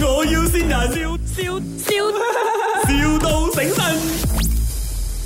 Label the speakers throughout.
Speaker 1: 要先人，笑笑笑，,笑到醒神。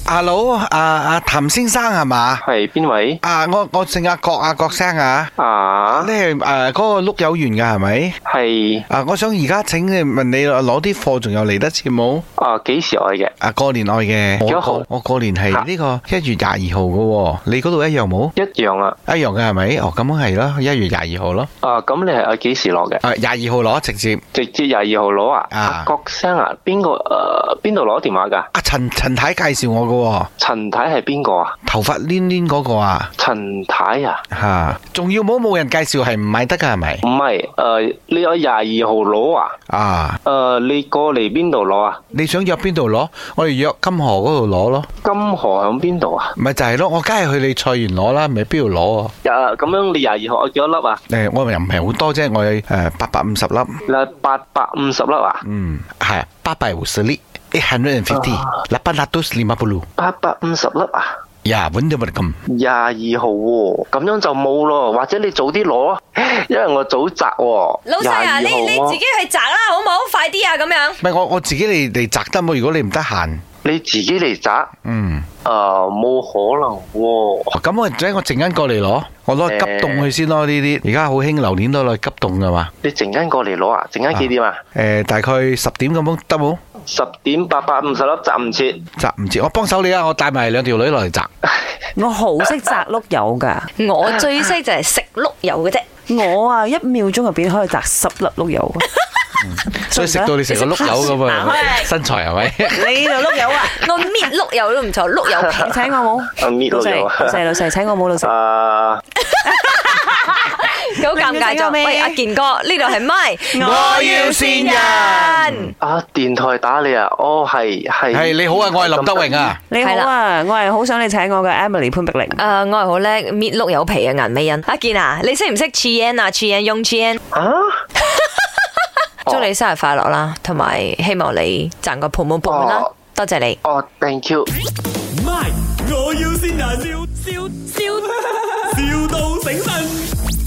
Speaker 2: 阿佬，阿阿谭啊先生系嘛？
Speaker 3: 系边位
Speaker 2: 啊，我我姓阿郭，阿郭生啊，
Speaker 3: 啊
Speaker 2: 你？系诶嗰個碌柚園噶係咪？
Speaker 3: 系
Speaker 2: 啊，我想而家請你問你攞啲貨仲有嚟得切冇？
Speaker 3: 啊？幾時嚟嘅？
Speaker 2: 啊，過年愛嘅，
Speaker 3: 幾多
Speaker 2: 我
Speaker 3: 號
Speaker 2: 過我過年係
Speaker 3: 嚇
Speaker 2: 呢個一月廿二號嘅喎，你嗰度一樣冇？
Speaker 3: 一樣啊！
Speaker 2: 一樣嘅係咪？哦，咁係咯，一月廿二號咯，
Speaker 3: 啊，咁你係啊幾時攞嘅？
Speaker 2: 啊廿二號攞直接。
Speaker 3: 直接廿二號攞啊？
Speaker 2: 啊
Speaker 3: 阿郭生啊，邊個诶边度攞電話㗎？
Speaker 2: 阿啊陳陳太介紹我
Speaker 3: 陳太係邊個啊？
Speaker 2: 嘅喎，頭髮攣攣嗰個啊，
Speaker 3: 陳太啊？
Speaker 2: 嚇，仲要冇冇人介紹係唔買得㗎係咪？
Speaker 3: 唔係诶，誒你有廿二號攞啊？
Speaker 2: 啊！
Speaker 3: 诶、你過嚟邊度攞啊？
Speaker 2: 你想約邊度攞？我哋約金河嗰度攞咯，
Speaker 3: 金河響邊度啊？
Speaker 2: 咪就係咯。我梗係去你菜園攞啦，唔係邊度攞啊？
Speaker 3: 诶、咁樣你廿二號我幾多粒啊？
Speaker 2: 誒、我又唔係好多啫，我有誒八百五十粒，
Speaker 3: 嗱，八百五十粒啊？
Speaker 2: 嗯，啊係八百五十粒，eight hundred and fifty，拉巴拉多斯利馬布魯，
Speaker 3: 八百五十粒啊？
Speaker 2: 呀，揾到咪咁。
Speaker 3: 廿二號喎，咁樣就冇咯，或者你早啲攞啊， 因為我早摘喎。
Speaker 4: 老细啊，你
Speaker 3: 22號
Speaker 4: 你
Speaker 3: 喎
Speaker 4: 自己去摘啦，好唔好？快啲啊，咁样。
Speaker 2: 唔係我我自己嚟嚟摘得冇，如果你唔得閒，
Speaker 3: 你自己嚟摘，啊
Speaker 2: 嗯，
Speaker 3: 冇可能喎。
Speaker 2: 咁我仔我陣間過嚟攞，我攞去急凍佢先咯呢啲。而家好興榴蓮都攞去急凍噶嘛。
Speaker 3: 你陣間過嚟攞啊？陣間幾點啊？
Speaker 2: 誒、大概十點咁樣得冇？
Speaker 3: 十點八百五十粒摘唔切，
Speaker 2: 摘唔切，我幫手你啊，我帶埋兩條女落嚟摘。
Speaker 5: 我好識摘碌柚㗎，
Speaker 4: 我最識就係食碌柚嘅啫，
Speaker 5: 我啊一秒鐘入邊可以摘十粒碌柚。
Speaker 2: 所以食到你成個碌柚咁啊，身材係咪？
Speaker 5: 你就碌柚啊？
Speaker 4: 我搣碌柚都唔錯，碌柚 皮。
Speaker 5: 你請我
Speaker 3: 啊搣
Speaker 5: 冇？老
Speaker 3: 碌
Speaker 5: 細
Speaker 3: 柚啊
Speaker 5: 老細老細請我冇老細。
Speaker 3: 啊，
Speaker 4: 好尷尬咗。喂，阿健哥，呢度係咪？
Speaker 5: 我要
Speaker 2: 善
Speaker 4: 人。
Speaker 3: 啊電台打你啊？哦，係係
Speaker 2: 係你好啊，我係林德榮啊。
Speaker 5: 你好
Speaker 4: 係
Speaker 5: 啊，我係好想你請我嘅 Emily 潘碧玲。
Speaker 4: 誒，我係好叻搣碌柚皮嘅顏美欣。阿健啊，你識唔識 Chian 啊？Chian 用 Chian，
Speaker 3: 啊！哦
Speaker 4: 祝你生日快樂啦，同埋希望你賺個盆滿缽滿啦
Speaker 3: 哦。
Speaker 4: 多謝你。
Speaker 3: 哦，thank you。
Speaker 1: My，我要先人，笑笑笑，,笑到醒神。